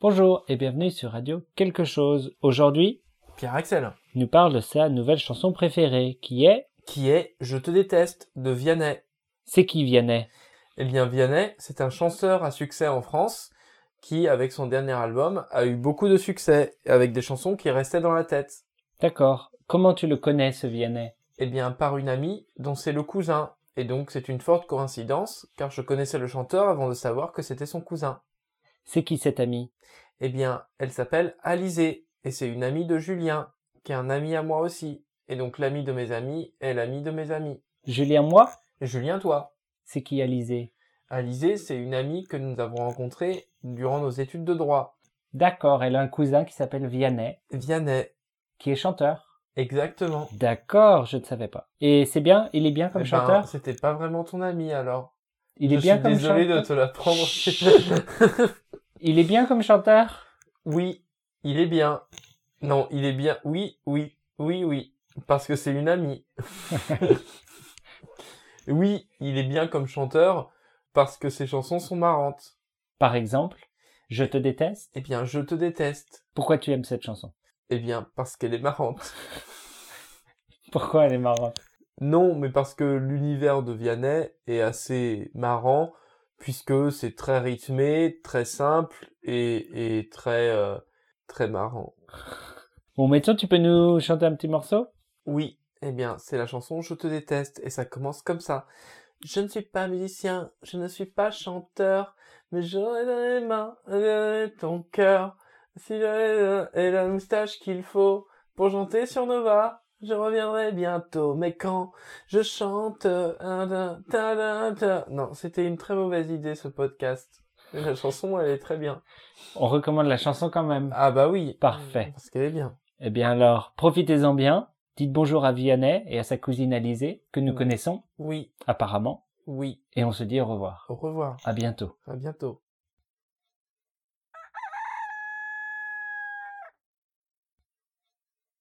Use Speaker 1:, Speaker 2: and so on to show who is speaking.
Speaker 1: Bonjour et bienvenue sur Radio Quelque chose. Aujourd'hui,
Speaker 2: Pierre Axel,
Speaker 1: nous parle de sa nouvelle chanson préférée, qui est
Speaker 2: qui est Je te déteste de Vianney.
Speaker 1: C'est qui Vianney
Speaker 2: Eh bien, Vianney, c'est un chanteur à succès en France qui, avec son dernier album, a eu beaucoup de succès avec des chansons qui restaient dans la tête.
Speaker 1: D'accord. Comment tu le connais, ce Vianney
Speaker 2: Eh bien, par une amie dont c'est le cousin. Et donc, c'est une forte coïncidence car je connaissais le chanteur avant de savoir que c'était son cousin.
Speaker 1: C'est qui cet ami
Speaker 2: Eh bien, elle s'appelle Alizée et c'est une amie de Julien qui est un ami à moi aussi. Et donc, l'ami de mes amis est l'ami de mes amis.
Speaker 1: Julien, moi
Speaker 2: Et Julien, toi
Speaker 1: C'est qui Alizé
Speaker 2: Alizée, c'est une amie que nous avons rencontrée durant nos études de droit.
Speaker 1: D'accord, elle a un cousin qui s'appelle Vianney,
Speaker 2: Vianney,
Speaker 1: qui est chanteur.
Speaker 2: exactement.
Speaker 1: D'accord, je ne savais pas. Et c'est bien Il est bien
Speaker 2: Eh
Speaker 1: comme
Speaker 2: ben,
Speaker 1: chanteur
Speaker 2: C'était pas vraiment ton ami alors.
Speaker 1: Il
Speaker 2: Je
Speaker 1: est bien
Speaker 2: suis
Speaker 1: comme
Speaker 2: désolé
Speaker 1: chanteur
Speaker 2: de te l'apprendre.
Speaker 1: Il est bien comme chanteur
Speaker 2: oui, il est bien. Non, il est bien. Oui, oui, oui, oui. Parce que c'est une amie. oui, il est bien comme chanteur parce que ses chansons sont marrantes.
Speaker 1: Par exemple, Je te déteste.
Speaker 2: Eh bien, je te déteste.
Speaker 1: Pourquoi tu aimes cette chanson
Speaker 2: Eh bien, parce qu'elle est marrante.
Speaker 1: Pourquoi elle est marrante
Speaker 2: Non, mais parce que l'univers de Vianney est assez marrant, puisque c'est très rythmé, très simple et, et très, euh, très marrant.
Speaker 1: Bon, maintenant, tu peux nous chanter un petit morceau
Speaker 2: Oui, eh bien, c'est la chanson Je te déteste, et ça commence comme ça. Je ne suis pas musicien, je ne suis pas chanteur, mais j'aurais donné mains, donné ton cœur, si j'avais la- et la moustache qu'il faut pour chanter sur Nova. Je reviendrai bientôt, mais quand je chante, un, deux, ta, da, ta. non, c'était une très mauvaise idée ce podcast. La chanson, elle est très bien.
Speaker 1: On recommande la chanson quand même.
Speaker 2: Ah bah oui.
Speaker 1: Parfait.
Speaker 2: Parce qu'elle est bien.
Speaker 1: Eh bien alors, profitez-en bien. Dites bonjour à Vianney et à sa cousine Alizée, que nous
Speaker 2: Oui.
Speaker 1: connaissons
Speaker 2: Oui,
Speaker 1: apparemment.
Speaker 2: oui.
Speaker 1: Et on se dit au revoir.
Speaker 2: Au revoir.
Speaker 1: À bientôt.
Speaker 2: À bientôt.